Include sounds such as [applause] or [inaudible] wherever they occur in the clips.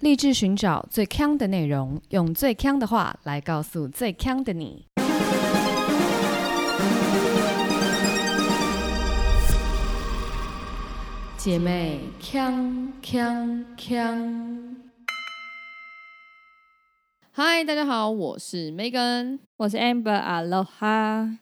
立志寻找最强的内容，用最强的话来告诉最强的你。姐妹，强强强！嗨，大家好，我是 Megan。我是 Amber Aloha。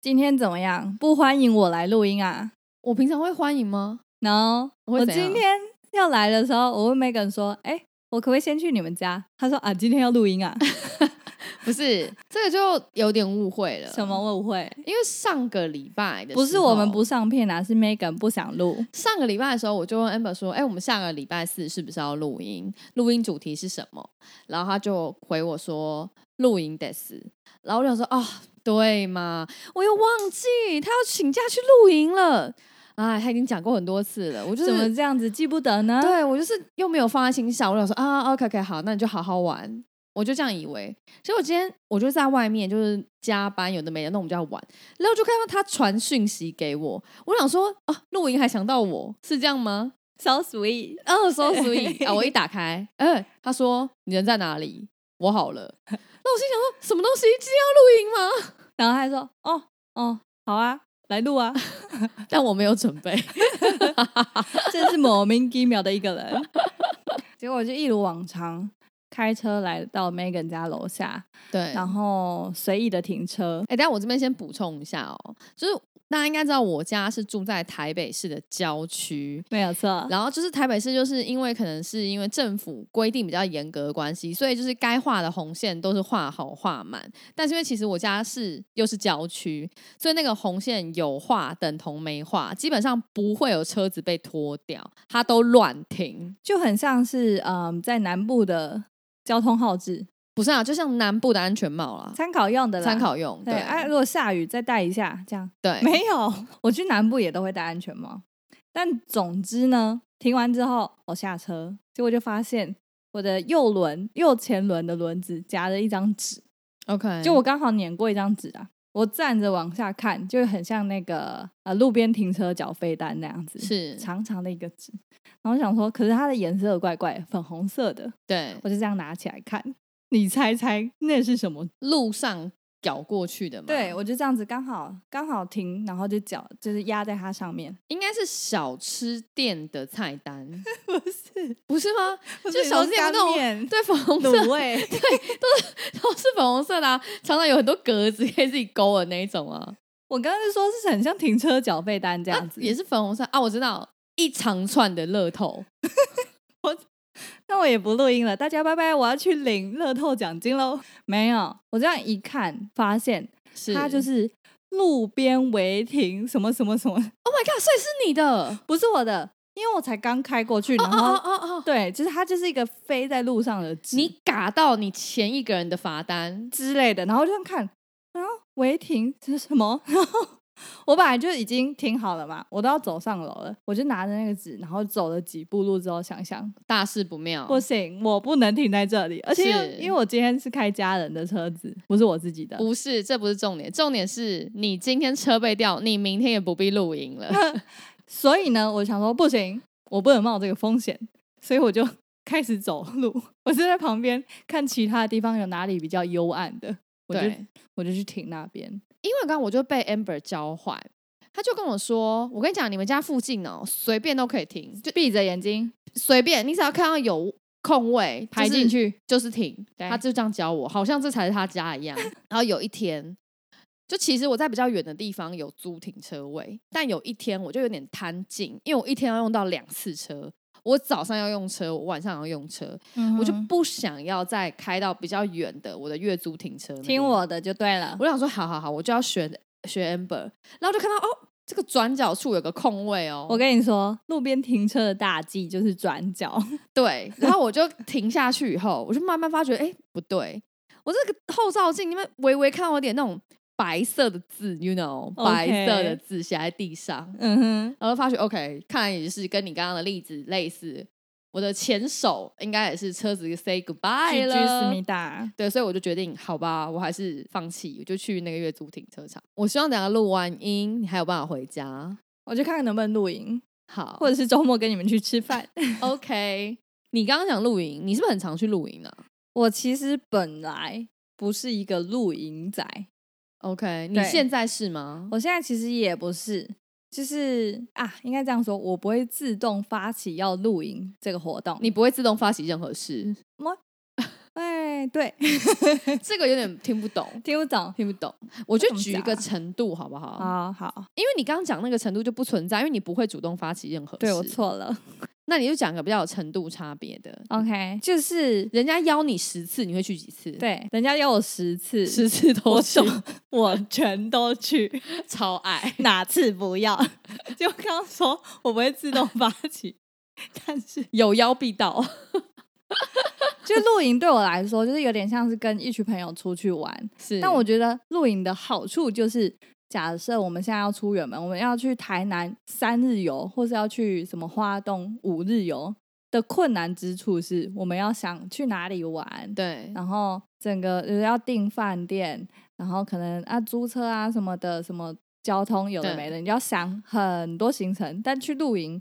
今天怎么样？不欢迎我来录音啊？我平常会欢迎吗？然后我会我怎样今天要来的时候，我问 Megan 说：“哎、我可不可以先去你们家？”他说：“啊，今天要录音 [laughs] 啊。不是，这个就有点误会了。”什么？误会？因为上个礼拜啊的时候不是我们不上片啊，是 Megan 不想录。上个礼拜的时候，我就问 Amber 说：“哎、我们下个礼拜四是不是要录音？录音主题是什么？”然后他就回我说：“录音得死。”然后我想说：“啊、对嘛，我又忘记他要请假去露营了。”哎，他已经讲过很多次了，我就是怎么这样子记不得呢？对我就是又没有放在心上，我想说啊，OK OK，好，那你就好好玩，我就这样以为。结果今天我就在外面就是加班，有的没的，那我们就要玩，然后就看到他传讯息给我，我想说啊，露营还想到我是这样吗？ ，so sweet。哦、s o sweet 啊！我一打开，哎、他说你人在哪里？我好了。那我心想说，什么东西？今天要露营吗？然后他说：“哦哦，好啊，来录 [laughs] 啊。但我没有准备。” [laughs] 真是莫名其妙的一个人。 [laughs] 结果我就一如往常开车来到 Megan 家楼下，对，然后随意的停车。哎、欸，但我这边先补充一下哦，就是大家应该知道，我家是住在台北市的郊区。没有错，然后就是台北市，就是因为可能是因为政府规定比较严格的关系，所以就是该画的红线都是画好画满。但是因为其实我家是又是郊区，所以那个红线有画等同没画，基本上不会有车子被拖掉，它都乱停。就很像是嗯，在南部的交通号志不是啊，就像南部的安全帽啦，参考用的啦，参考用。对。对，嗯哎、如果下雨再戴一下，这样对，没有。我去南部也都会戴安全帽，但总之呢，停完之后我下车，结果就发现我的右轮右前轮的轮子夹着一张纸， OK，就我刚好碾过一张纸啊。我站着往下看，就很像那个呃路边停车缴费单那样子，是长长的一个纸。然后想说，可是它的颜色怪怪，粉红色的，对我就这样拿起来看。你猜猜那是什么？路上咬过去的嘛。对，我就这样子刚好刚好停，然后就脚就是压在它上 [laughs] 面，应该是小吃店的菜单， [laughs] 不是，不是吗？就就小小吃吃店有店那种面、对，粉红色卤味， [laughs] 都是粉红色的、啊，常常有很多格子可以自己勾的那一种啊，我刚刚就说是很像停车缴费单这这样子。也是粉红色啊。我知道一长串的乐透，那我也不录音了，大家拜拜，我要去领乐透奖金喽。没有，我这样一看，发现是它就是路边违停什么什么什么， Oh my God，所以是你的，不是我的，因为我才刚开过去，哦然后、哦哦哦哦，对，就是它就是一个飞在路上的纸你嘎到你前一个人的罚单，之类的，然后就这样看，然后违停这是什么？ [laughs] 然后我本来就已经停好了嘛，我都要走上楼了，我就拿着那个纸，然后走了几步路之后，想想大事不妙。不行，我不能停在这里，而且哦是因为我今天是开家人的车子，不是我自己的，不是，这不是重点，重点是你今天车被掉，你明天也不必露营了。所以呢，我想说不行，我不能冒这个风险，所以我就 [laughs] 开始走路。我就在旁边看其他地方有哪里比较幽暗的，我就 [laughs] 对我就去停那边。因为刚刚我就被 Amber 教坏，他就跟我说：“我跟你讲，你们家附近哦，随便都可以停，就闭着眼睛随便，你只要看到有空位排就是进，去，就是停。”对他就这样教我，好像这才是他家 [laughs] 一样。然后有一天，就其实我在比较远的地方有租停车位，但有一天我就有点贪劲，因为我一天要用到两次车。我早上要用车，我晚上要用车，我我就就不想要再开到比较远的我的月租停车那边。听我的就对了。我想说，好好好，我就要学学 Amber，然后就看到哦，这个转角处有个空位哦，我跟你说，路边停车的大忌就是转角， [laughs] 对，然后我就停下去以后，我就慢慢发觉，哎，不对，我这个后照镜，你们微微看到有点那种白色的字，you know， OK 白色的字写在地上，嗯哼，然后发觉 OK，看来也是跟你刚刚的例子类似，我的前手应该也是车子 say 居 goodbye 居思了密。达，对，所以我就决定，好吧，我还是放弃，我就去那个月租停车场。我希望等下录完音，你还有办法回家。我就看看能不能露营，好或者是周末跟你们去吃饭。 [laughs] ，OK。你刚刚讲露营，你是不是很常去露营啊呢、我其实本来不是一个露营仔， o k 你对现在是吗？我现在其实也不是，就是啊，应该这样说，我不会自动发起要露营这个活动。你不会自动发起任何 [laughs] 事，哎，对， [laughs] 这个有点听不懂，听不懂听不懂。我就怎么举一讲个啊程度好不好？啊，好，因为你刚刚讲那个程度就不存在，因为你不会主动发起任何事。对我。错了。那你就讲个比较有程度差别的。 OK，就是 [laughs] 人家邀你十次，你会去几次？，对，人家邀我十 [laughs] 次，十次都我去，我全都去，超爱。 [laughs] 哪次不要？ [laughs] 就刚说我不会自动发起，但是有邀必到， [laughs] 就露营对我来说，就是有点像是跟一群朋友出去玩，是但我觉得露营的好处就是，假设我们现在要出远门，我们要去台南三日游，或是要去什么花东五日游的困难之处是，我们要想去哪里玩，对然后整个就是要订饭店，然后可能啊租车啊什么的，什么交通有对的没的，你就要想很多行程。但去露营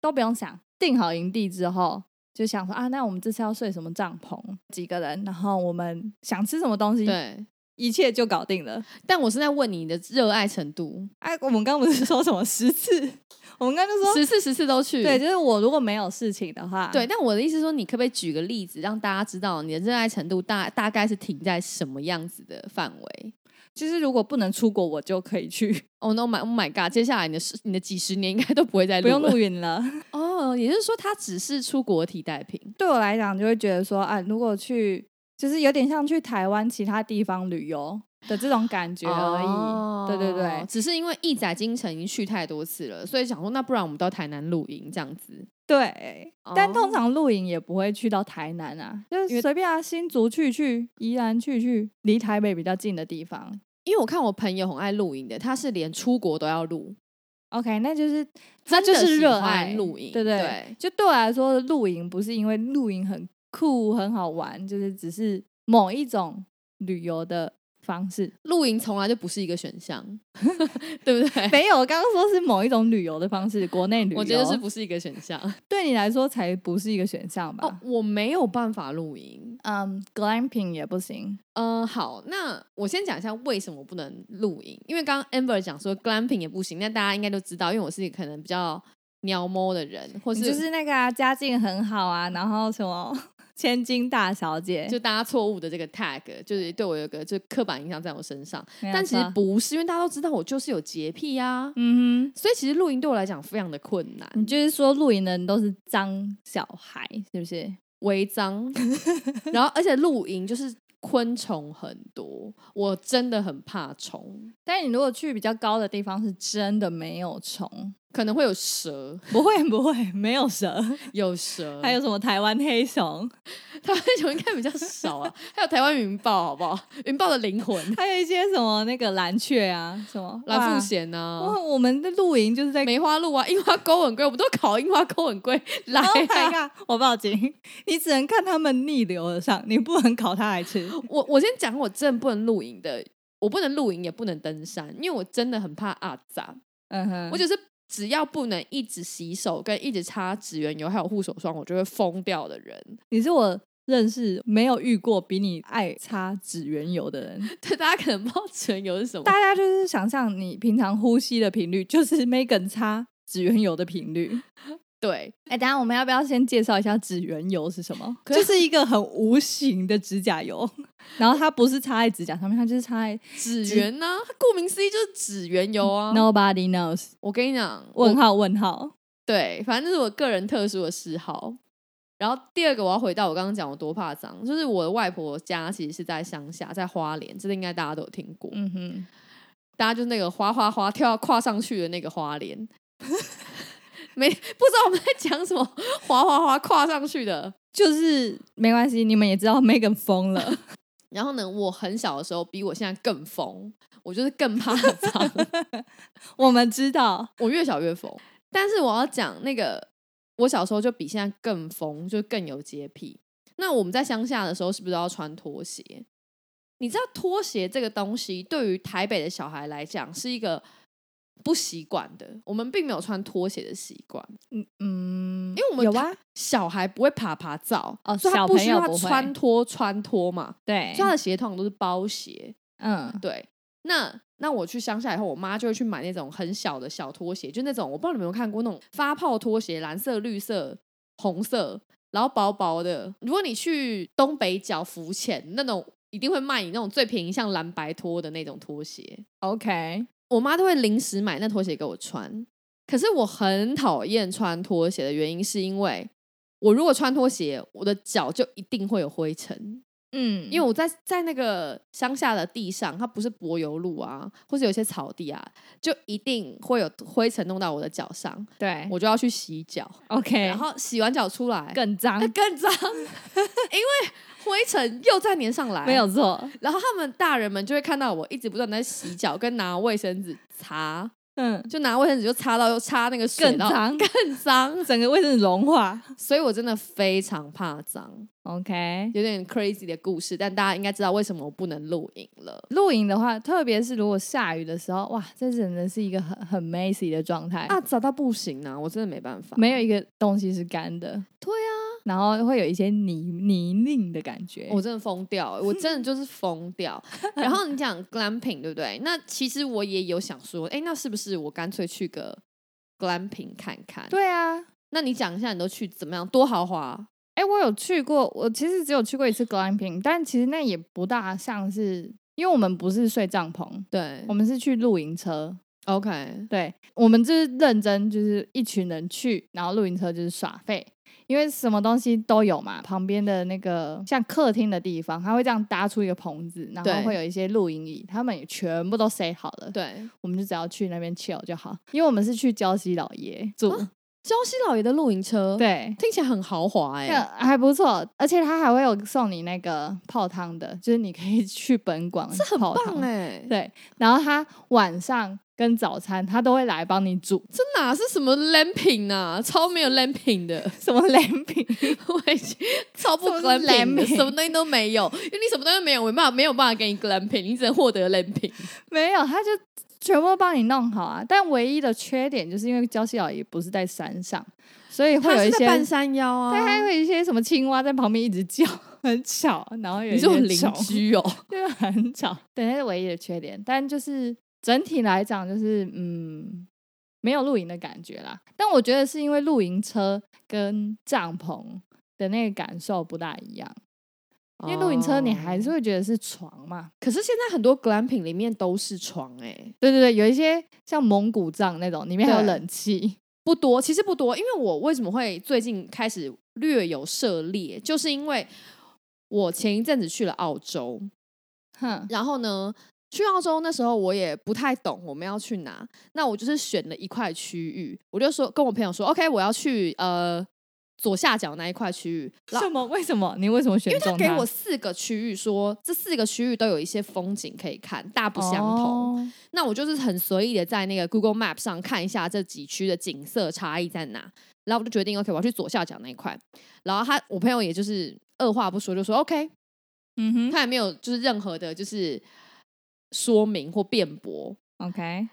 都不用想，定好营地之后就想说啊，那我们这次要睡什么帐篷，几个人，然后我们想吃什么东西，对。一切就搞定了。但我是在问你的热爱程度，哎、我们刚不是说什么十次？ [laughs] 我们刚就说十次十次都去。对，就是我如果没有事情的话，对，但我的意思是说，你可不可以举个例子，让大家知道你的热爱程度大大概是停在什么样子的范围？就是如果不能出国，我就可以去，哦、oh,，no my oh my god！接下来你的十你的几十年应该都不会再不用了露营了。哦也就是说，它只是出国替代品。对我来讲，就会觉得说，啊，如果去，就是有点像去台湾其他地方旅游的这种感觉而已。对对对哦只是因为义载金城已经去太多次了，所以想说，那不然我们到台南露营这样子。对，但哦通常露营也不会去到台南啊，就因为是随便啊，新竹去去，宜兰去去，离台北比较近的地方。因为我看我朋友很爱露营的，他是连出国都要露， OK，[laughs] 那就是真就的是喜热欢爱露营对不对就对我来说，露营不是因为露营很酷很好玩，就是只是某一种旅游的方式。露营从来就不是一个选项， [laughs] 对 [laughs] 不对？ [laughs] 没有，我刚刚说是某一种旅游的方式，国内旅游，我觉得是不是一个选 [laughs] 项？对你来说才不是一个选项哦吧？，我没有办法露营。嗯、g l a m p i n g 也不行。嗯，好，那我先讲一下为什么不能露营，因为刚刚 Amber 讲说 glamping 也不行，那大家应该都知道，因为我是可能比较鸟猫的人，或你是就是那个、啊、家境很好啊，然后什么 [laughs] 千金大小姐，就大家错误的这个 tag，就是对我有个就刻板印象在我身上，没有但其实错，不是，因为大家都知道我就是有洁癖呀、嗯所以其实露营对我来讲非常的困难哼，，你就是说露营的人都是脏小孩，是不是？违 [laughs] 章，然后而且露营就是昆虫很多，我真的很怕虫，但你如果去比较高的地方，是真的没有虫，可能会有蛇， [laughs] 不会不会，没有蛇，有蛇，还有什么台湾黑熊，台湾熊应该比较少 [laughs] 啊，还有台湾云豹，好不好？云豹的灵魂，还有一些什么那个蓝雀啊，什么蓝哇富贤啊，哇，我们的露营就是在梅花鹿啊，樱花勾吻龟，我们都考樱花勾吻 [laughs] 龟来、 Oh [laughs] my 啊。 god！我报警，你只能看他们逆流而上，你不能烤它来 [laughs] 吃。我我先讲，我真的不能露营的，我不能露营，也不能登山，因为我真的很怕阿杂。嗯哼我就是只要不能一直洗手跟一直擦指缘油还有护手霜，我就会疯掉的人。你是我认识没有遇过比你爱擦指缘油的 [laughs] 人。 [laughs] 对，大家可能不知道指缘油是什么大。家就是想象你平常呼吸的频率，就是 Megan 擦指缘油的频率。对， [laughs] 哎、等一下我们要不要先介绍一下指缘油是什么？可就是是一个很无形的指甲油， [laughs] 然后它不是擦在指甲上面，它就是擦在指缘呢、它啊顾名思义就是指缘油哦 [laughs] 啊。 nobody knows 我跟你讲，我问号问号。对，反正这是我个人特殊的嗜好。然后第二个，我要回到我刚刚讲我多怕脏，就是我的外婆家其实是在乡下，在花莲，这个应该大家都有听过，嗯哼，大家就是那个花花花跳跨上去的那个花莲， [laughs] 没不知道我们在讲什么，花花花跨上去的。就是没关系，你们也知道 Megan 疯了。然后呢，我很小的时候比我现在更疯，我就是更怕脏，我们知道，我越小越疯。但是我要讲那个，我小时候就比现在更疯，就更有洁癖。那我们在乡下的时候，是不是都要穿拖鞋？你知道拖鞋这个东西对于台北的小孩来讲是一个不习惯的，我们并没有穿拖鞋的习惯，嗯，因因为我们有啊，小孩不会爬爬照，哦所以他小不朋需友要不会哎穿脱穿脱嘛，对所以，他的鞋通常都是包鞋。嗯，对，那那我去乡下以后，我妈就会去买那种很小的小拖鞋，就那种我不知道你们有没有看过那种发泡拖鞋，蓝色、绿色、红色，然后薄薄的。如果你去东北角浮潜，那种一定会卖你那种最便宜像蓝白拖的那种拖鞋。 ，OK，我妈都会临时买那拖鞋给我穿。可是我很讨厌穿拖鞋的原因，是因为我如果穿拖鞋，我的脚就一定会有灰尘。嗯，因为我在在那个乡下的地上，它不是柏油路啊，或者有些草地啊，就一定会有灰尘弄到我的脚上，对我就要去洗脚， ，OK，然后洗完脚出来，哎更脏那，更脏， [laughs] 因为灰尘又再粘上来，没有。错，然后他们大人们就会看到我一直不断地在洗脚，跟拿卫生纸擦，嗯，就拿卫生纸就擦到又擦那个水， [laughs] 更然后脏，更脏。整个卫生纸融化所以我真的非常怕脏， ，OK。有点 crazy 的故事，但大家应该知道为什么我不能露营了。露营的话，特别是如果下雨的时候，哇，这真的是一个很很 messy 的状态啊，找到不行啊，我真的没办法。没有一个东西是干的，对啊，然后会有一些泥泥泞的感觉。我真的疯掉欸、我真的 [laughs] 就是疯掉。然后你讲 glamping 对不对？那其实我也有想说，哎、那是不是我干脆去个 glamping 看看？，对啊，那你讲一下你都去怎么样？多豪华？啊哎、我有去过，我其实只有去过一次 glamping，但其实那也不大像是，因为我们不是睡帐篷，对我们是去露营车。 ，OK，对，我们就是认真，就是一群人去，然后露营车就是耍废，因为什么东西都有嘛。旁边的那个像客厅的地方，它会这样搭出一个棚子，然对后会有一些露营椅，他们也全部都塞好了。，对。我们就只要去那边 chill 就好，因为我们是去礁溪老爷住，啊礁溪老爷的露营车，，对。听起来很豪华哎、那还不错，而且它还会有送你那个泡汤的，就是你可以去本馆这很泡汤棒哎、对，然后它晚上跟早餐它都会来帮你煮， [laughs] 这哪是什么 lamping 啊？超没有 lamping [laughs] 的，什么凉品， [laughs] 我已经超不什么是 glamping，的 glamping？什么东西都没有，因为你什么东西都没有，我没办法没有办法给你 glamping，你只能获得 lamping。没有，他就全部帮你弄好啊。但唯一的缺点就是因为礁溪老爷不是在山上，[laughs] 所以会有一些，但山腰啊还会有一些什么青蛙在旁边一直叫， [laughs] 很吵，然后有你一是我些邻虫，居 [laughs] 哦，对，很吵。对，那是唯一的缺点。但就是整体来讲，就是嗯，没有露营的感觉啦。但我觉得是因为露营车跟帐篷的那个感受不大一样，因为露营车你还是哦，会觉得是床嘛。可是现在很多 glamping 里面都是床哎、对对对，有一些像蒙古帐那种，里面还有对冷气。不多，其实不多，因为我为什么会最近开始略有涉猎，就是因为我前一阵子去了澳洲，哼，然后呢，去澳洲那时候我也不太懂我们要去哪，那我就是选了一块区域，我就说跟我朋友说，OK，我要去呃左下角那一块区域，然后什么？为什么？你为什么选他中给我四个区域说，这四个区域都有一些风景可以看，大不相同。哦那我就是很随意的在那个 Google Map 上看一下这几区的景色差异在哪，然后我就决定 OK，我要去左下角那一块。然后他我朋友也就是二话不说就说 OK，嗯他也没有就是任何的就是说明或辩驳。哼，OK，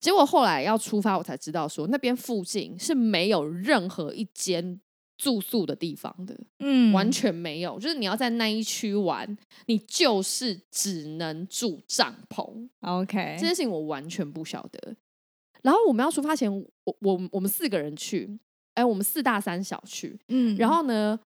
结果后来要出发，我才知道说那边附近是没有任何一间住宿的地方的，嗯完全没有。就是你要在那一区玩，你就是只能住帐篷。 OK，这件事情我完全不晓得。然后我们要出发前，我我我们四个人去，哎，我们四大三小去，嗯然后呢，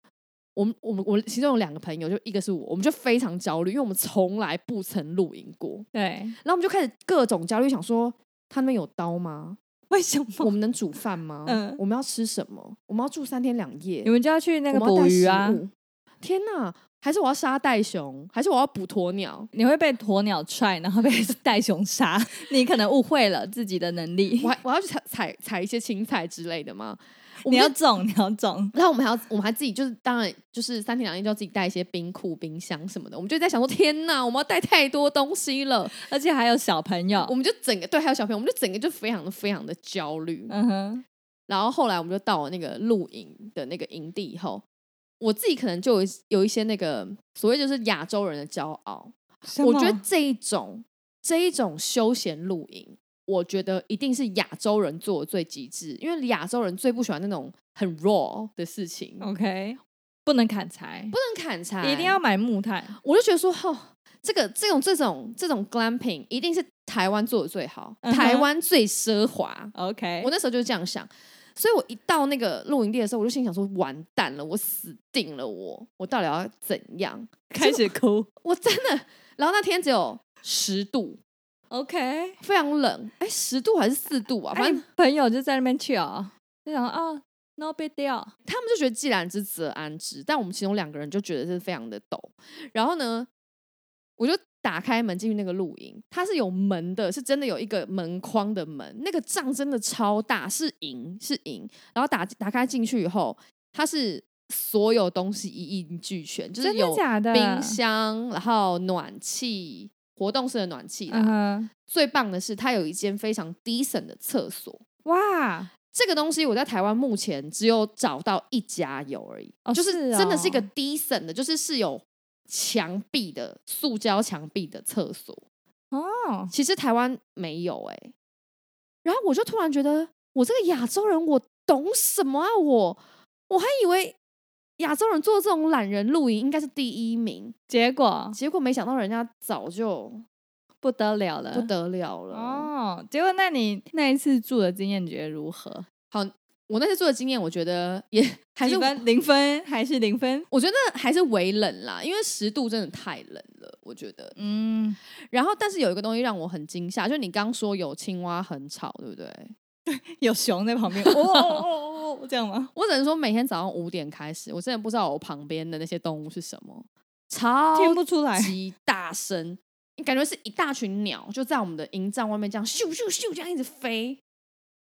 我们我们我其中有两个朋友，就一个是我，我们就非常焦虑，因为我们从来不曾露营过，对，然后我们就开始各种焦虑，想说他们有刀 [laughs] 吗？为什么我们能煮饭吗？哦嗯我们要吃什么？我们要住三天两夜你，们就要去那个我们要捕带鱼食啊？物？天哪！还是我要杀袋熊，还是我要捕鸵鸟？你会被鸵鸟踹，然后被袋 [laughs] 熊杀，你可能误会了自己的能力我。还我要去采采采一些青菜之类的吗？我你们就要种，你要种，然后我们还要，我们还自己就是，当然就是三天两夜就要自己带一些冰库、冰箱什么的。我们就在想说，天呐，我们要带太多东西了，而且还有小朋我友。们就整个对，还有小朋友，我们就整个就非常的非常的焦虑。嗯哼，然后后来我们就到了那个露营的那个营地以后，我自己可能就有一有一些那个所谓就是亚洲人的骄傲，我觉得这一种这一种休闲露营，我觉得一定是亚洲人做的最极致，因为亚洲人最不喜欢那种很 raw 的事情，不 OK，不能砍柴，能砍柴，嗯一定要买木炭。我就觉得说，哦，这个这种这种这种 glamping 一定是台湾做的最好，嗯哼台湾最奢华。 OK，我那时候就是这样想，所以我一到那个露营地的时候，我就心想说，完蛋了，我死定了我，我到底要怎样？开始哭。我真的，然后那天只有十度， OK，非常冷，哎，十度还是四度啊？反反正正朋友就在那边去啊，就想啊，no big deal。他们就觉得既然之则安之，但我们其中两个人就觉得是非常的陡。然后呢，我就打开门进去那个露营，它是有门的，是真的有一个门框的门，那个帐真的超大，是营是营。然后打打开进去以后，它是所有东西一应俱全，就是真的有假的冰箱，然后暖气。活动式的暖气啦嗯哼，最棒的是它有一间非常 decent 的厕所。哇，这个东西我在台湾目前只有找到一家有而已，哦就是是真的是一个哦 decent 的，就是是有墙壁的塑胶墙壁的厕所。哦，其实台湾没有哎、然后我就突然觉得，我这个亚洲人，我懂什么啊？我我还以为亚洲人做这种懒人露营应该是第一名，结果结果没想到人家早就不得了了，不得了了。呃哦，结果那你那一次住的经验觉得如何？我那次做的经验，我觉得也 [laughs] 还是几分零分还是零分？我觉得还是微冷啦，因为十度真的太冷了，我觉得。嗯，然后，但是有一个东西让我很惊吓，就是你刚说有青蛙很吵，对不对？有熊在 [laughs] 旁边， [laughs] 哦哦哦哦哦，这样吗？我只能说每天早上五点开始，我真的不知道我旁边的那些动物是什么，超听不出来，级大声，你感觉是一大群鸟就在我们的营帐外面这样咻咻咻这样一直飞，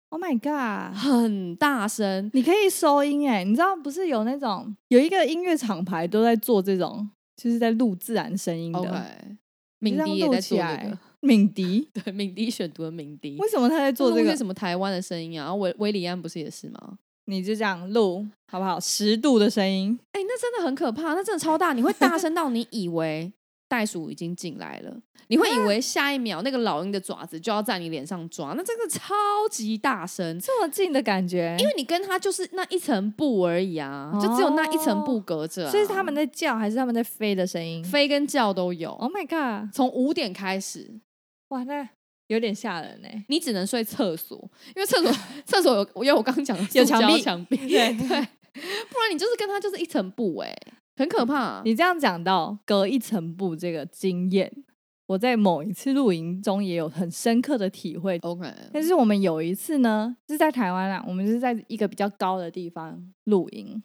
Oh my god！很大声。你可以收音哎、你知道不是有那种有一个音乐厂牌都在做这种，就是在录自然声音的。 OK，你敏这样迪也录在起做这来个，敏迪，对，敏迪选读的敏迪为什么他在做录这一个些？什么台湾的声音啊？然后威威里安不是也是吗？你就这样录好不好？十度的声音，哎、那真的很可怕，那真的超大，你会大声到你以为袋鼠已经进来了，你会以为下一秒那个老鹰的爪子就要在你脸上抓，那真的超级大声，这么近的感觉，因为你跟它就是那一层布而已啊，就只有那一层布隔着啊、所以是他们在叫还是他们在飞的声音飞跟叫都有， ？Oh my god！从五点开始，哇，那有点吓人哎、你只能睡厕所，因为厕所 [laughs] 厕所有，因为我刚刚讲的塑有胶墙壁墙壁， [laughs] 对对，不然你就是跟它就是一层布、哎，很可怕、你这样讲到隔一层布这个经验，我在某一次露营中也有很深刻的体会。 OK，但是我们有一次呢，是在台湾啦，我们是在一个比较高的地方露营，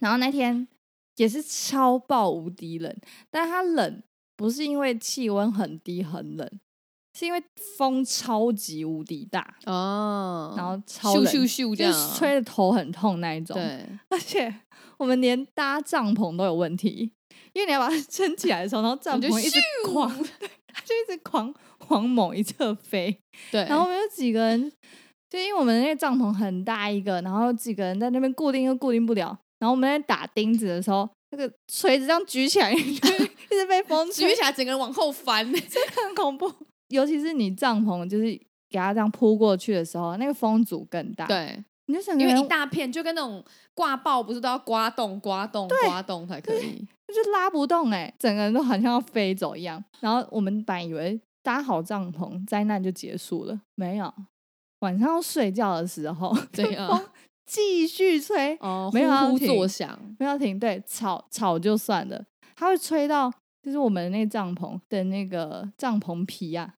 然后那天也是超爆无敌冷，但它冷不是因为气温很低很冷，是因为风超级无敌大，哦，然后超咻冷，咻咻这就样，啊是吹的头很痛那一种。对，而且我们连搭帐篷都有问题，因为你要把它 [laughs] 撑起来的时候，然后帐你就篷一直狂， [laughs] 对，它就一直狂往某一侧飞。对，然后我们有几个人，就因为我们那个帐篷很大一个，然后几个人在那边固定又固定不了，然后我们在打钉子的时候，那个锤子这样举起来， [laughs] 就一直被风举吹，起来，整个人往后翻，很恐怖。尤其是你帐篷就是给它这样扑过去的时候，那个风阻更大。，对，你就整个因为人一大片就跟那种挂报不是都要刮洞、刮洞、刮洞才可以，就拉不动哎、整个人都好像要飞走一样。然后我们本来以为搭好帐篷，灾难就结束了，没有。晚上要睡觉的时候， [laughs] 对啊，继续吹，哦，没有啊要呼呼停作响，没有停，对，吵吵就算了，它会吹到就是我们那帐篷的那个帐篷皮啊，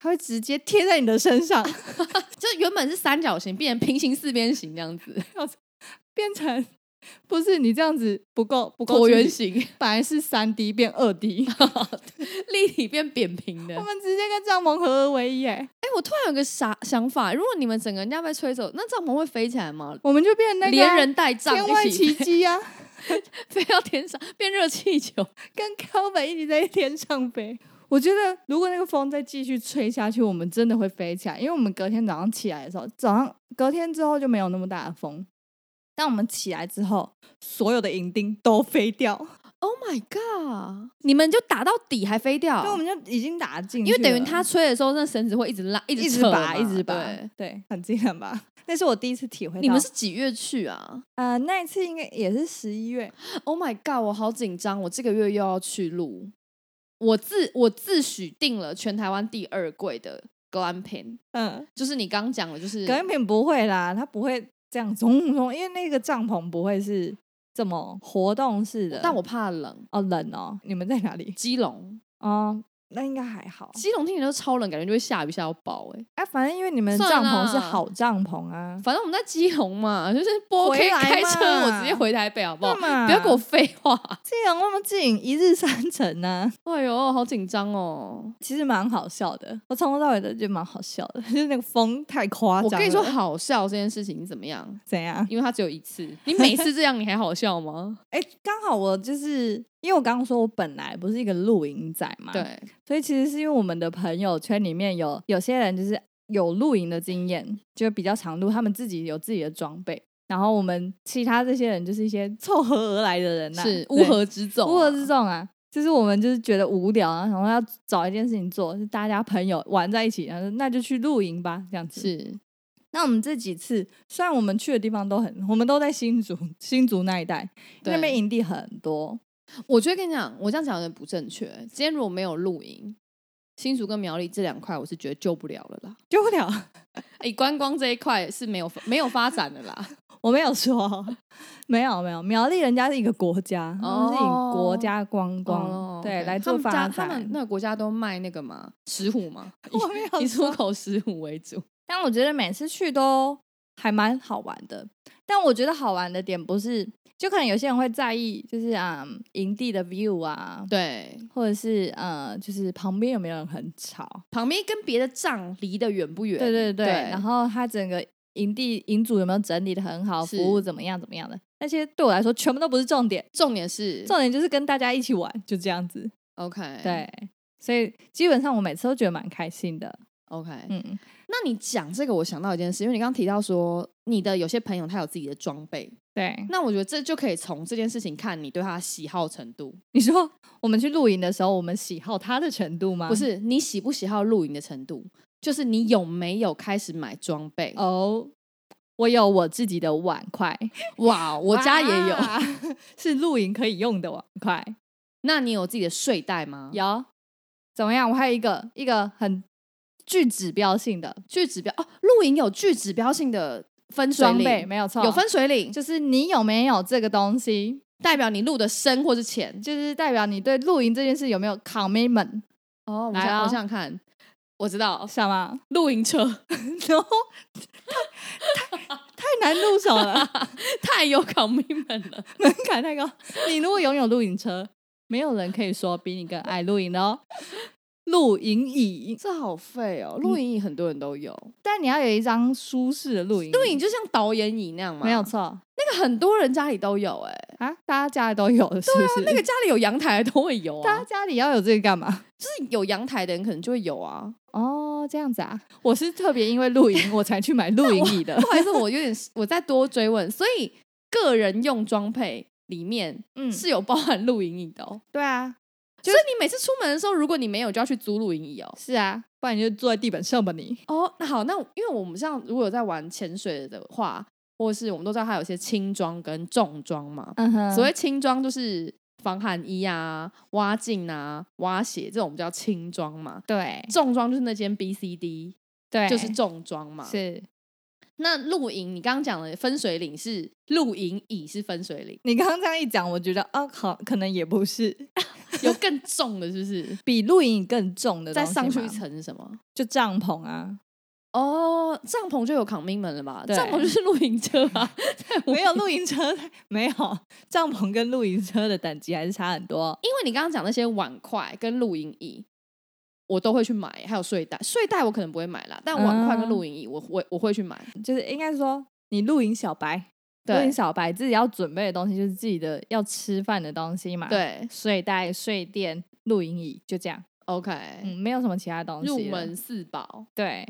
它会直接贴在你的身上，就是原本是三角形，变成平行四边形这样子，变成不是你这样子不够不够椭圆具体，形， [laughs] 本来是三 D 变二 D，立体变扁平的。我哎、们直接跟帐篷合二为一哎、我突然有个傻想法，如果你们整个人家被吹走，那帐篷会飞起来吗？我们就变那个啊、连人带帐天外一起奇迹 [laughs] 啊，飞到天上，变热气球。跟高本一起在天上飞。我觉得如果那个风再继续吹下去，我们真的会飞起来，因为我们隔天早上起来的时候，早上隔天之后就没有那么大的风。但我们起来之后，所有的银钉都飞掉，哦， Oh my god！你们就打到底还飞掉对，我，们就已经打进去因了，为等于他吹的时候，那绳子会一直拉，一一直扯拔，嘛一直拔对，对，很惊人吧？那是我第一次体会到。你们是几月去啊呃，那一次应该也是十一月， ？Oh my god！我好紧张，我这个月又要去录。我自我自诩定了全台湾第二贵的 glamping，嗯，就是你刚讲的，就是格品不会啦，他不会这样咚咚，因为那个帐篷不会是这么活动式的。但我怕冷。哦冷哦，你们在哪里？基隆，哦，那应该还好。基隆听起来就超冷，感觉就会下雨下到爆哎、哎、反正因为你们的算帐篷是啦好帐篷啊，反正我们在基隆嘛， [laughs] 就是不 OK 回来开车，嘛我直接回台北好不好？干嘛不要给我废话。 [laughs] 这样那么近，一日三城呢、哎呦，好紧张哦！其实蛮好笑的。我从头到尾都觉得蛮好笑的， [laughs] 就是那个风太夸张。我跟你说，，好笑这件事情怎么样？怎样？因为它只有一次，你每次这样，你还好笑 [laughs] 吗？哎、刚好我就是因为我刚刚说我本来不是一个露营仔嘛，，对，所以其实是因为我们的朋友圈里面有有些人就是有露营的经验，就比较常露，他们自己有自己的装备。然后我们其他这些人就是一些凑合而来的人呐、是对乌合之众啊，乌合之众啊，就是我们就是觉得无聊啊，然后要找一件事情做，就大家朋友玩在一起，然后就那就去露营吧，这样子。是那我们这几次，虽然我们去的地方都很，我们都在新竹，新竹那一带，那边对营地很多，我觉得跟你讲，我这样讲有点不正确。今天如果没有露营，新竹跟苗栗这两块，我是觉得救不了了啦。救不了。哎、观光这一块是没有发没有发展的啦。我没有说， [laughs] 没有没有，苗栗人家是一个国家，他们是以国家观光、哦对 OK 来他做们发家展。他们那个国家都卖那个嘛石虎嘛，以 [laughs] 我没有以出说 [laughs] 口石虎为主。但我觉得每次去都还蛮好玩的。但我觉得好玩的点不是，就可能有些人会在意，就是啊、嗯营地的 view 啊，对，或者是呃，就是旁边有没有人很吵，旁边跟别的帐离得远不远？对对对，对然后它整个营地营主有没有整理的很好，是服务怎么样怎么样的，那些对我来说全部都不是重点，重点是重点就是跟大家一起玩，就这样子。 OK，对，所以基本上我每次都觉得蛮开心的。 OK。嗯，那你讲这个，我想到一件事，因为你刚刚提到说你的有些朋友他有自己的装备，对。那我觉得这就可以从这件事情看你对他的喜好程度，你说我们去露营的时候，我们喜好它的程度吗？不是你喜不喜好露营的程度，就是你有没有开始买装备。哦。我有我自己的碗筷，哇，我家也有。哇， [laughs] 是露营可以用的碗筷。那你有自己的睡袋吗？有，怎么样？我还有一个一个很具指标性的具指标哦，露营有具指标性的分水装岭备，没有错，有分，水岭，就就是你有没有这个东西，代表你录的深或是浅。就是代表你对露营这件事有没有 commitment，哦，我来想啊我想想看，我知道是吗？露营车然后太太太难入手了， [laughs] 太有 commitment 了。 [laughs] 门槛太高。你如果拥有露营车，没有人可以说比你更爱露营的哦。露营椅，这好废哦！露营椅很多人都有，但你要有一张舒适的露营椅露营就像导演椅那样嘛，没有错那个很多人家里都有哎、啊，大家家里都有，是不是？啊那个家里有阳台的都会有 [laughs] 嗯啊大家，家里要有这个干嘛？就是有阳台的人可能就会有 [laughs] 啊。哦，这样子啊，我是特别因为露营我才去买露营 [laughs] 椅的不。好意思，我有点我再多追问，所以个人用装配里面嗯哦是有包含露营椅的哦。对啊，所以你每次出门的时候，如果你没有，就要去租露营椅哦。是啊，不然你就坐在地板上吧你。哦，那好，那因为我们像如果有在玩潜水的话，或是我们都知道它有些轻装跟重装嘛。嗯哼所谓轻装就是防寒衣啊、蛙镜啊、蛙鞋这种，我们叫轻装嘛。对重装就是那间 B、C、D，对，就是重啊装嘛。是。那露营，你刚刚讲的分水岭是露营椅是分水岭，你刚刚这样一讲，我觉得啊，好，可能也不是，？有更重的，是不是比露营椅更重 [laughs] 的再东西上去一嘛，层是什么？就帐篷啊，哦，帐篷就有 commitment 了吧？对帐篷就是露营车啊， [laughs] 没有露营车，没有帐篷跟露营车的等级还是差很多。因为你刚刚讲那些碗筷跟露营椅，我都会去买，还有睡袋。睡袋我可能不会买啦，但碗筷嗯跟露营椅我会我会去买。就是应该说，你露营小白，露对营小白自己要准备的东西就是自己的要吃饭的东西嘛，，对睡袋、睡垫、露营椅，就这样， ，OK，、嗯，没有什么其他东西了。入门四宝。对，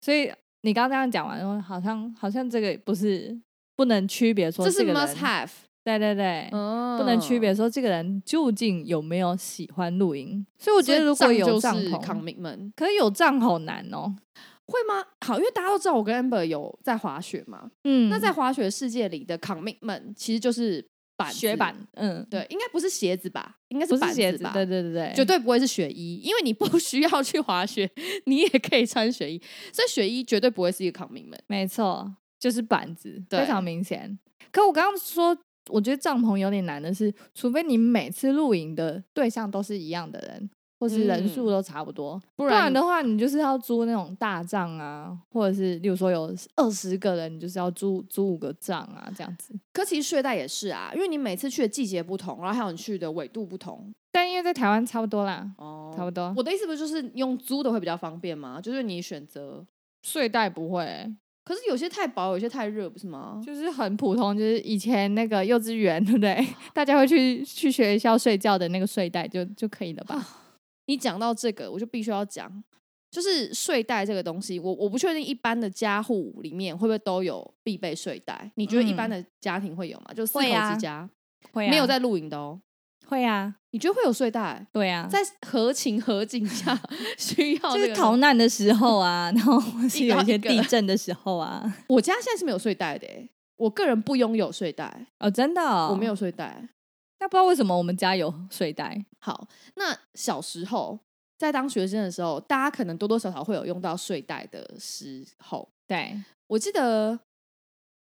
所以你刚刚这样讲完，好像好像这个不是不能区别说这是个 must 人 have，对对对，嗯不能区别说这个人究竟有没有喜欢露营。所以我所觉以得如果有帐帐就是篷， commitment 可是有帐好难哦、会吗？好，因为大家都知道我跟 Amber 有在滑雪嘛，嗯，那在滑雪世界里的 commitment 其实就是板子雪板，，嗯，对，应该不是鞋子吧？应该不板是鞋子子吧？，对对对对，绝对不会是雪衣，因为你不 [laughs] 需要去滑雪，你也可以穿雪衣，所以雪衣绝对不会是一个 commitment。没错，就是板子，对非常明显。可我刚刚说，我觉得帐篷有点难的是，除非你每次露营的对象都是一样的人，或是人数嗯都差不多，不不然的话，你就是要租那种大帐啊，或者是例如说有二十个人，你就是要租租五个帐啊，这样子。可其实睡袋也是啊，因为你每次去的季节不同，然后还有你去的纬度不同，但因为在台湾差不多啦，哦差不多我的意思不是就是用租的会比较方便吗？就是你选择，睡袋不会、可是有些太薄，有些太热，不是吗？就是很普通，就是以前那个幼稚园， [laughs] 对不对？大家会去去学校睡觉的那个睡袋就就可以了吧？哦你讲到这个，我就必须要讲，就是睡袋这个东西，我我不确定一般的家户里面会不会都有必备睡袋。你觉得一般嗯的家庭会有吗？就四口会啊之家、会没有在露营的哦，会啊，你觉得会有睡袋？对啊，在合情合景 [laughs] 下需要就这是个逃东难的时候啊， [laughs] 然后或是有一些一个地震的时候啊西，我家现在是没有睡袋的、欸，我个人不拥有睡袋，哦，真的哦、我没有睡袋。那不知道为什么我们家有睡袋，好，那小时候在当学生的时候，大家可能多多少少会有用到睡袋的时候，对，我记得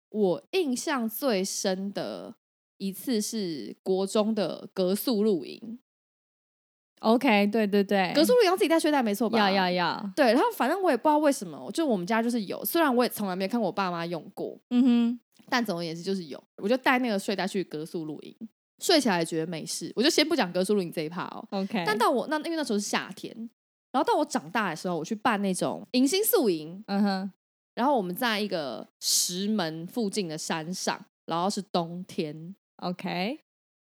我印象最深的一次是国中的格宿露营， ，OK，对对对，格宿露营要自己带睡袋没错吧？要要要，对，然后反正我也不知道为什么，就我们家就是有，虽然我也从来没有看过我爸妈用过，嗯但总而言之就是有，我就带那个睡袋去格宿露营，睡起来觉得没事，我就先不讲格宿露营这一趴哦。哼，OK，但到我那因为那时候是夏天，然后到我长大的时候，我去办那种迎新宿营，嗯哼，然后我们在一个石门附近的山上，然后是冬天， ，OK，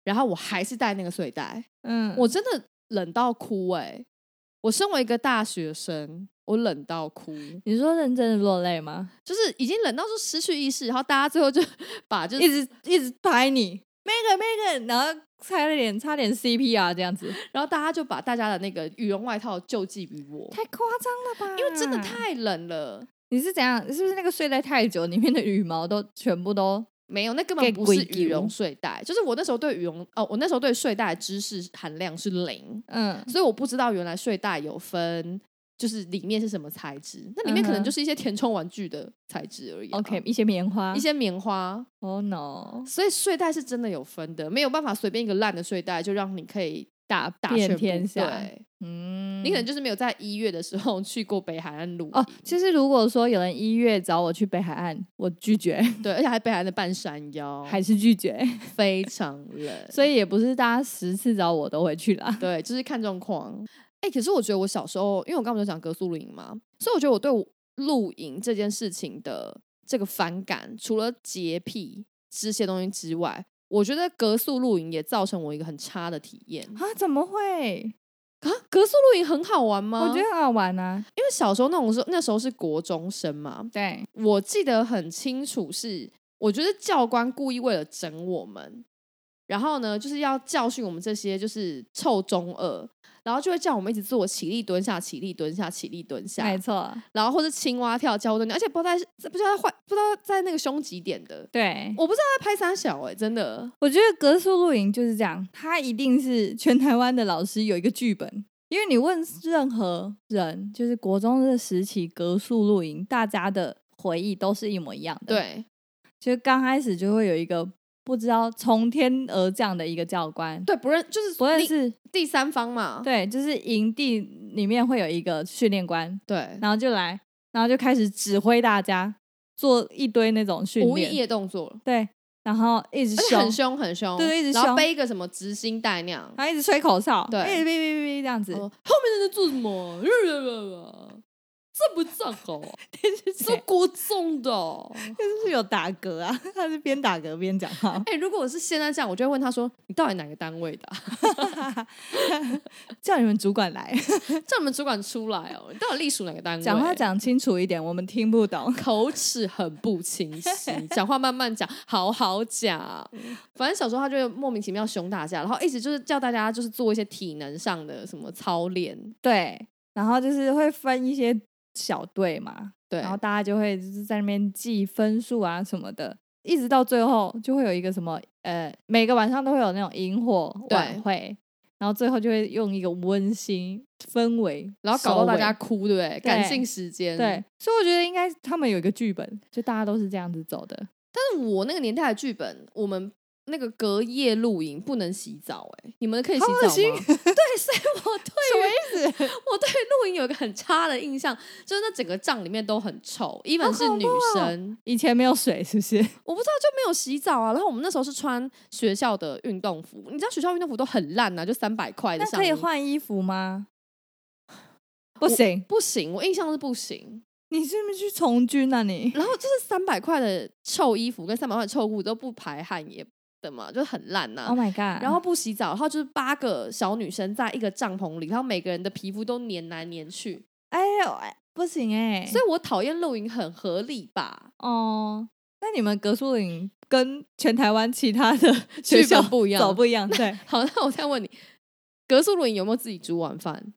然后我还是带那个睡袋，嗯，我真的冷到哭哎、我身为一个大学生，我冷到哭，你说认真的落泪吗？就是已经冷到说失去意识，然后大家最后就 [laughs] 把就是一直一直拍你，Megan Megan，然后差点差点 CPR 这样子，然后大家就把大家的那个羽绒外套救济于我，嗯太夸张了吧？因为真的，太冷了。你是怎样？是不是那个睡袋太久，里面的羽毛都全部都没有，那根给本不是鬼丢羽绒睡袋，就是我那时候对羽绒哦，我那时候对睡袋的知识含量是零，嗯所以我不知道原来睡袋有分，就是里面是什么材质，那里面可能嗯哼就是一些填充玩具的材质而已啊、 ，OK，一些棉花，一些棉花， ，Oh no，所以睡袋是真的有分的，没有办法随便一个烂的睡袋就让你可以打打遍全部天下对，嗯，你可能就是没有在一月的时候去过北海岸露哦营。其实如果说有人一月找我去北海岸，我拒绝，对，而且还北海岸的半山腰，还是拒绝，非常冷， [laughs] 所以也不是大家十次找我都会去啦。对，就是看状况。哎、可是我觉得我小时候，因为我刚不是讲格苏露营嘛，所以我觉得我对我露营这件事情的这个反感，除了洁癖这些东西之外，我觉得格宿露营也造成我一个很差的体验啊，怎么会？啊！格宿露营很好玩吗？我觉得很好玩啊。因为小时候那种时候，那时候是国中生嘛，对，我记得很清楚是，我觉得教官故意为了整我们，然后呢，就是要教训我们这些就是臭中二，然后就会叫我们一直做起立蹲下、起立蹲下、起立蹲下没，错，然后或是青蛙跳、交互蹲而且不知道在不知道在换不知道在那个胸几点的，对，我不知道在拍三小哎、真的我觉得格数露营就是这样，它一定是全台湾的老师有一个剧本。因为你问任何人，就是国中的时期格数露营，大家的回忆都是一模一样的。对，就是刚开始就会有一个不知道从天而降的一个教官，对不认就是不认第识，第三方嘛，对，就是营地里面会有一个训练官，对，然后就来，然后就开始指挥大家做一堆那种训无意义练，的动作，对，然后一直而且很凶，凶很凶，对一直然后凶背一个什么执心带那样。然后一直吹口哨，对哦一直哔哔哔哔这样子，哦后面的人在做什么？这不这个，啊 [laughs] 这国中的哦。就是有打嗝啊，他是边打嗝边讲话。 [laughs] 哎、如果我是现在这样，我就会问他说：“你到底哪个单位的啊、[laughs] [laughs] 叫你们主管来叫你们主管出来哦，你到底隶属哪个单位？”讲话讲清楚一点，我们听不懂。口齿很不清 [laughs] 晰，讲话慢慢讲，好好讲。反正小时候他就会莫名其妙凶大家，然后一直就是叫大家就是做一些体能上的什么操练，对，然后就是会分一些小队嘛，对，然后大家就会就是在那边记分数啊什么的，一直到最后就会有一个什么呃，每个晚上都会有那种萤火对晚会，然后最后就会用一个温馨氛围，然后搞到大家。哭，对不对？感对性时间。对，，所以我觉得应该他们有一个剧本，就大家都是这样子走的。但是我那个年代的剧本，我们那个隔夜露营不能洗澡、哎，你们可以洗好恶澡心吗？对， [laughs] 所以我对于么意思？我对露营有一个很差的印象，就是那整个帐里面都很臭，even 好是恐女怖哦生， [laughs] 以前没有水是不是？我不知道就没有洗澡啊。然后我们那时候是穿学校的运动服，你知道学校运动服都很烂啊，就三百块的那上可衣。以换衣服吗？不我行，不行，我印象是不行。你是不是去从军啊你？然后就是三百块的臭衣服跟三百块的臭裤都不排汗也的嘛，就很烂啊呐、 Oh my [laughs] god！然后不洗澡，然后就是八个小女生在一个帐篷里，然后每个人的皮肤都黏来黏去，哎呦，哎不行哎、所以我讨厌露营很合理吧？哦，那你们格树岭跟全台湾其他的学校不一样 [laughs] 走不 [laughs] 一样，对，好，那我再问你，格宿露营有没有自己煮晚饭？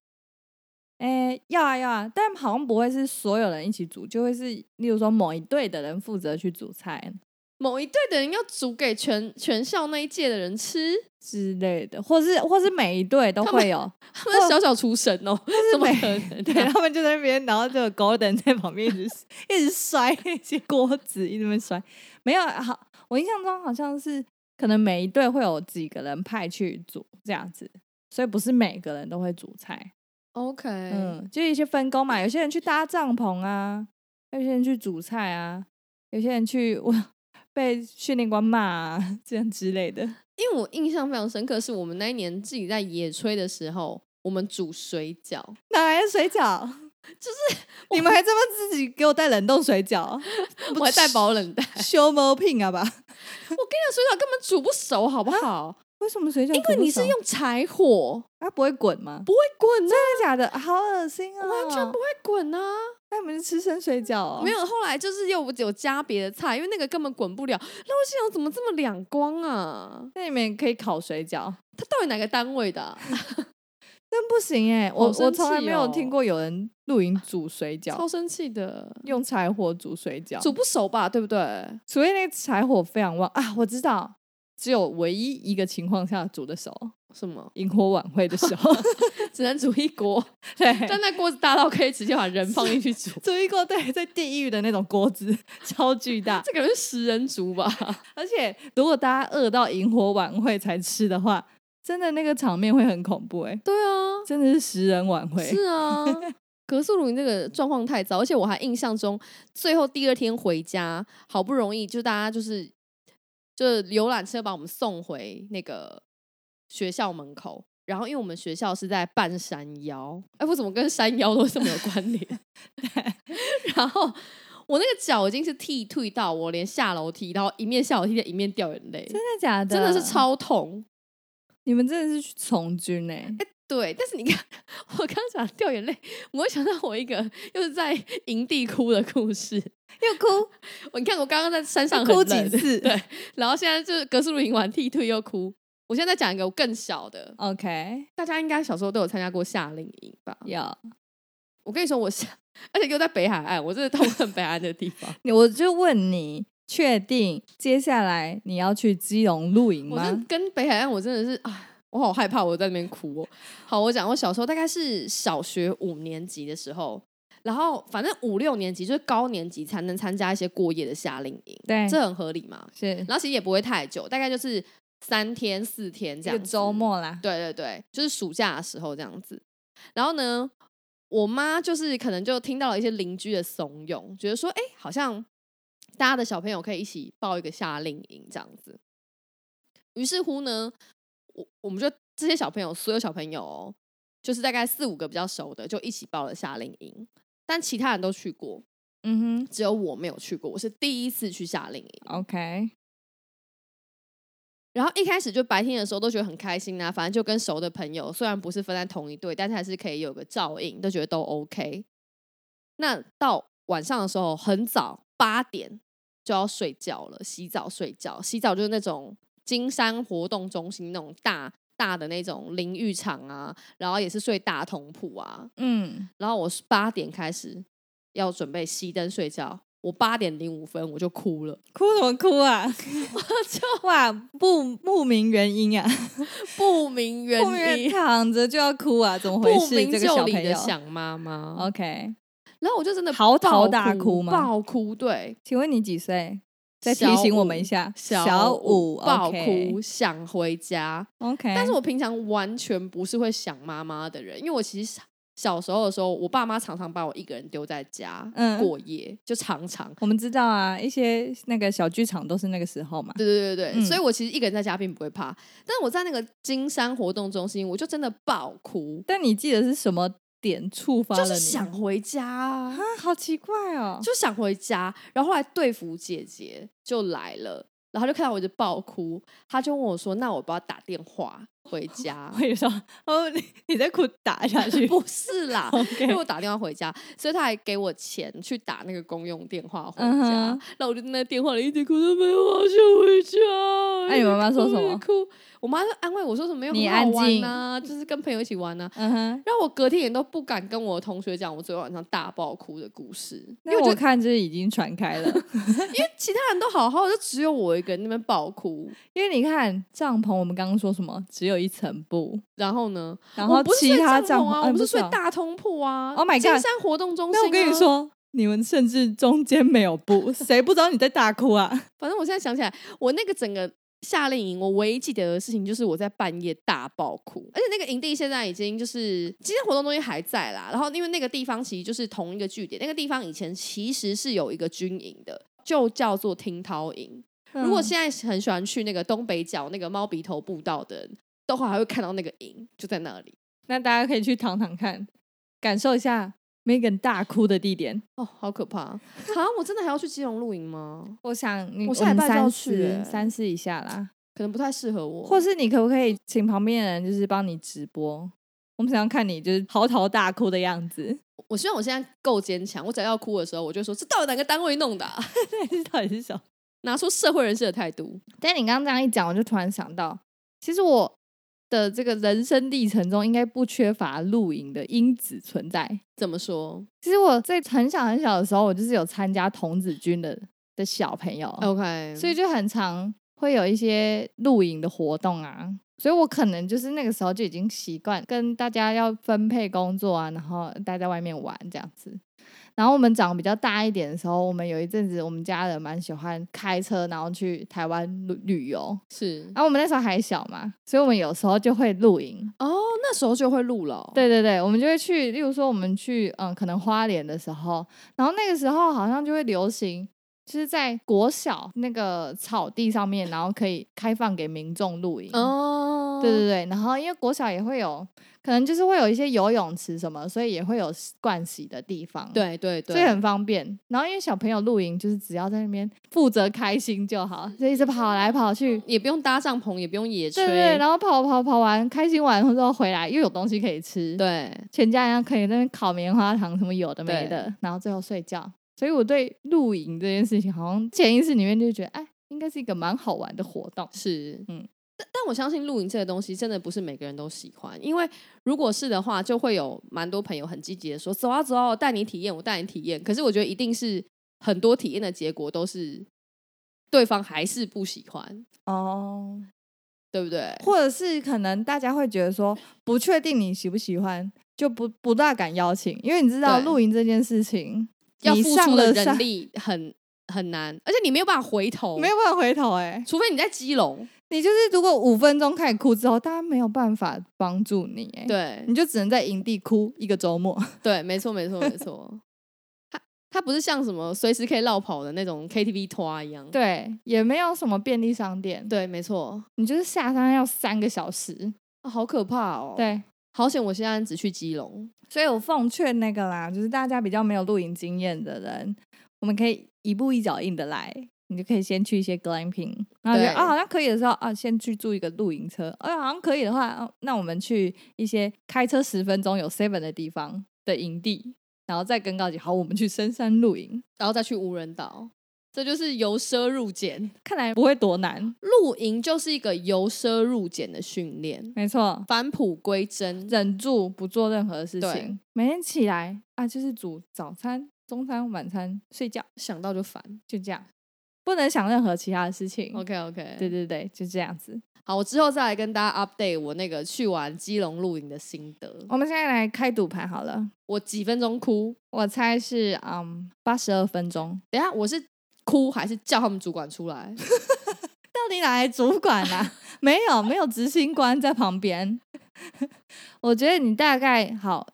哎、要啊要啊，但好像不会是所有人一起煮，就会是例如说某一队的人负责去煮菜某一队的人要煮给全全校那一届的人吃，之类的，或是或是每一队都他们会有，他们是小小厨神哦，怎么每可能？ [laughs] [laughs] 对，啊他们就在那边，然后就有 Golden 在旁边一 [laughs] 直一直摔那些锅子，一直在那边摔。没有，好，我印象中好像是可能每一队会有几个人派去煮这样子，所以不是每个人都会煮菜。 OK，、嗯，就一些分工嘛，有些人去搭帐篷啊，有些人去煮菜啊，有些人去 [laughs] 我被训练官骂啊，这样之类的。因为我印象非常深刻，是我们那一年自己在野炊的时候，我们煮水 [laughs] 饺，哪来的水饺？ [laughs] 就是你们还这么自己给我带冷冻水饺， [laughs] 我还带保冷袋。 [laughs] 修毛病啊吧？我跟你讲，水饺根本煮不熟，好不好？为什么水啊哎饺煮因不熟？为你是用柴火，它不会滚吗？不会滚啊，真的假的？好恶心啊！完全不会。滚啊。那你们是吃生水饺哦？没，有，后来就是又有加别的菜，因为那个根本滚不了。那我心想，怎么这么两光啊？那你们也可以烤水饺。他到底哪个单位的啊、但不行哎、我好生我从来气没有哦听过有人露营煮水超饺，生气的，用柴火煮水饺，煮不熟吧？对不对？除非那个柴火非常旺啊！我知道，只有唯一一个情况下煮的熟，什么？萤火晚会的时 [laughs] 候，只能煮一 [laughs] 锅，对，，但那锅子大到可以直接把人放进去煮煮一锅对，在地狱的那种锅子，超巨大，这个是食人族吧？ [laughs] 而且如果大家饿到萤火晚会才吃的话，真的那个场面会很恐怖哎、对啊，真的是十人晚会，是 [laughs] 啊。格素鲁你这个状况太糟，而且我还印象中，最后第二天回家，好不容易就大家就是就是游览车把我们送回那个学校门口。然后，因为我们学校是在半山腰，哎，我怎么跟山腰都这么有关联？ [laughs] 然后我那个脚已经是剃退到我连下楼梯，然后一面下楼梯一面掉眼泪，真的假的？真的是，超痛。你们真的是去从军哎、对，但是你看，我刚讲掉眼泪，我会想到我一个又是在营地哭的故事。又哭，我你看，我刚刚在山上很哭几冷次对，然后现在就是格苏露营完剃退又哭。我现在再讲一个我更小的， ？OK，大家应该小时候都有参加过夏令营吧？要我跟你说，我夏， [laughs] 而且又在北海岸，我真的痛恨北海岸的地方。你我就问你，确定接下来你要去基隆露营我真吗的？跟北海岸，我真的是啊，我好害怕，我在那边哭、哦。好，我讲我小时候大概是小学五年级的时候，然后反正五六年级就是高年级才能参加一些过夜的夏令营，对这很合理嘛。是然后其实也不会太久，大概就是三天四天这一个样。周，末啦。对对对，就是暑假的时候这样子。然后呢，我妈就是可能就听到了一些邻居的怂恿，觉得说，哎，好像大家的小朋友可以一起报一个夏令营这样子。于是乎呢，我我们就这些小朋友，所有小朋友、哦，就是大概四五个比较熟的，就一起报了夏令营。但其他人都去过，嗯只有我没有去过，我是第一次去夏令营。哼，OK，然后一开始就白天的时候都觉得很开心啊，反正就跟熟的朋友，虽然不是分在同一队，但是还是可以有个照应，都觉得都 OK。那到晚上的时候很早，八点就要睡觉了，洗澡睡觉，洗澡就是那种金山活动中心那种大大的那种淋浴场啊，然后也是睡大通铺啊，嗯，然后我是八点开始要准备熄灯睡觉，我八点零五分我就哭了，哭什么哭啊？就 [laughs] 哇，不不明原因啊， [laughs] 不明原不明原因，躺着就要哭 [laughs] 啊，怎么回不事？明这个就小里朋的友想妈妈。 ，OK，哦然后我就真的嚎爆啕大哭吗爆哭，对，请问你几岁？再提小醒我五们一下，五五爆哭 OK，想回家。 ，OK，但是我平常完全不是会想妈妈的人，因为我其实小时候的时候，我爸妈常常把我一个人丢在家、嗯过夜，就常常。我们知道啊，一些那个小剧场都是那个时候嘛。对对对对，嗯所以我其实一个人在家并不会怕，但是我在那个金山活动中心，我就真的爆哭，但你记得是什么点触发了就你？是想回家啊啊，好奇怪哦。就想回家。然后后来队服姐姐就来了，然后就看到我就爆哭，她就问我说：“那我不要打电话回家 [laughs] 我也说，哦，你你在哭打下？”去。。不是啦 OK，因为我打电话回家，所以她还给我钱去打那个公用电话回嗯家。哼然后我就在那电话里一直哭，说没有，我想回家。那你妈妈说什么一直哭，一直哭我妈就安慰我说什么没有你很好安玩静啊，就是跟朋友一起玩啊。嗯哼，然后我隔天也都不敢跟我同学讲我昨天晚上大爆哭的故事，因为那我觉我得看这已经传开了， [laughs] 因为其他人都好好的，就只有我一个人在那边爆哭。因为你看帐篷，我们刚刚说什么，只有一层布，然后呢？然我后们不是其睡他帐帐篷啊，我们不是睡啊大通铺啊。 Oh my god 金山活动中心、啊那我跟你，说，你们甚至中间没有布，谁不知道你在大哭啊？反正我现在想起来，我那个整个夏令营，我唯一记得的事情就是我在半夜大爆哭，而且那个营地现在已经就是今天活动中心还在啦。然后因为那个地方其实就是同一个据点，那个地方以前其实是有一个军营的，就叫做听涛营。嗯如果现在很喜欢去那个东北角那个猫鼻头步道的人，都会还会看到那个营就在那里。那大家可以去躺躺看，感受一下 Megan 大哭的地点。哦，好可怕！ [laughs] 好，我真的还要去基隆露营吗？我想你，我我下礼们拜就要三去欸思三思一下啦，可能不太适合我，或是你可不可以请旁边的人就是帮你直播？我们想要看你就是嚎啕大哭的样子， [laughs] 我希望我现在够坚强。我只要要哭的时候，我就说这到底哪个单位弄的啊、 [laughs] 那你到底是什么？拿出社会人士的态度。但你刚刚这样一讲，我就突然想到，其实我的这个人生历程中应该不缺乏露营的因子存在。怎么说其实我在很小很小的时候，我就是有参加童子军的的小朋友， ？OK，所以就很常会有一些露营的活动啊。所以我可能就是那个时候就已经习惯跟大家要分配工作啊，然后待在外面玩这样子。然后我们长比较大一点的时候，我们有一阵子我们家人蛮喜欢开车，然后去台湾旅旅游。是然后我们那时候还小嘛，所以我们有时候就会露营。哦，那时候就会录了哦、对对对，我们就会去，例如说我们去嗯，可能花莲的时候，然后那个时候好像就会流行，就是在国小那个草地上面，然后可以开放给民众露营。哦，对对对，然后因为国小也会有，可能就是会有一些游泳池什么，所以也会有盥洗的地方。。对对对，所以很方便，然后因为小朋友露营就是只要在那边负责开心就好，嗯所以一直跑来跑去，也不用搭帐篷，也不用野炊，对对对，然后跑跑跑完开心完之后回来又有东西可以吃，对全家人可以在那边烤棉花糖什么有的没对的，然后最后睡觉。所以我对露营这件事情，好像潜意识里面就觉得，哎，应该是一个蛮好玩的活动。是，嗯嗯。但但我相信露营这个东西真的不是每个人都喜欢，因为如果是的话，就会有蛮多朋友很积极的说走啊走啊，我带你体验，我带你体验。可是我觉得一定是很多体验的结果都是对方还是不喜欢，哦，对不对？或者是可能大家会觉得说，不确定你喜不喜欢，就不不大敢邀请，因为你知道对露营这件事情，要你付上出的了人山力很很难，而且你没有办法回头， [laughs] 没有，办法回头、哎，除非你在基隆，你就是如果五分钟开始哭之后，大家没有办法帮助你、哎，，对你就只能在营地哭一个周末。对，没错没错没错。它它不是像什么随时可以绕跑的那种 KTV 拖啊一样，对，也没有什么便利商店，对，没错、你就是下山要三个小时。啊好可怕哦。对，好险！我现在只去基隆，所以我奉劝那个啦，就是大家比较没有露营经验的人，我们可以一步一脚印的来，你就可以先去一些 glamping，然后觉对得啊好像可以的时候啊，先去租一个露营车，哎、好像可以的话、啊那我们去一些开车十分钟有 seven 的地方的营地，然后再跟高级好，我们去深山露营，然后再去无人岛，这就是由奢入俭。看来不会多难，露营就是一个由奢入俭的训练，没错，返璞归真。忍住不做任何事对情，每天起来啊就是煮早餐、中餐、晚餐，睡觉想到就烦。就这样，不能想任何其他的事情。 OK OK，对对对，就这样子。好，我之后再来跟大家 update 我那个去完基隆露营的心得。我们现在来开赌盘好了，我几分钟哭？我猜是嗯八十二分钟。等一下我是哭还是叫他们主管出来？ [laughs] 到底哪来主管啊？ [laughs] 没有，没有执行官在旁边。 [laughs] 我觉得你大概好，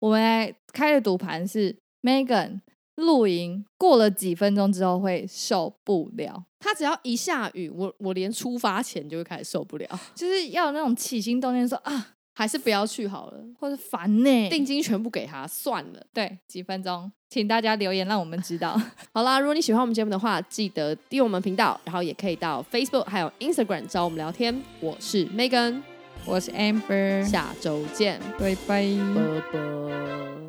我们来开的赌盘是 Megan 露营过了几分钟之后会受不了，他只要一下雨，我我连出发前就会开始受不了，就是要有那种起心动念说啊，还是不要去好了。或者烦呢、定金全部给他算了。对几分钟，请大家留言让我们知道。 [laughs] 好啦，如果你喜欢我们节目的话，记得订阅我们频道，然后也可以到 Facebook 还有 Instagram 找我们聊天。我是 Megan，我是 Amber，下周见，拜拜。拜拜。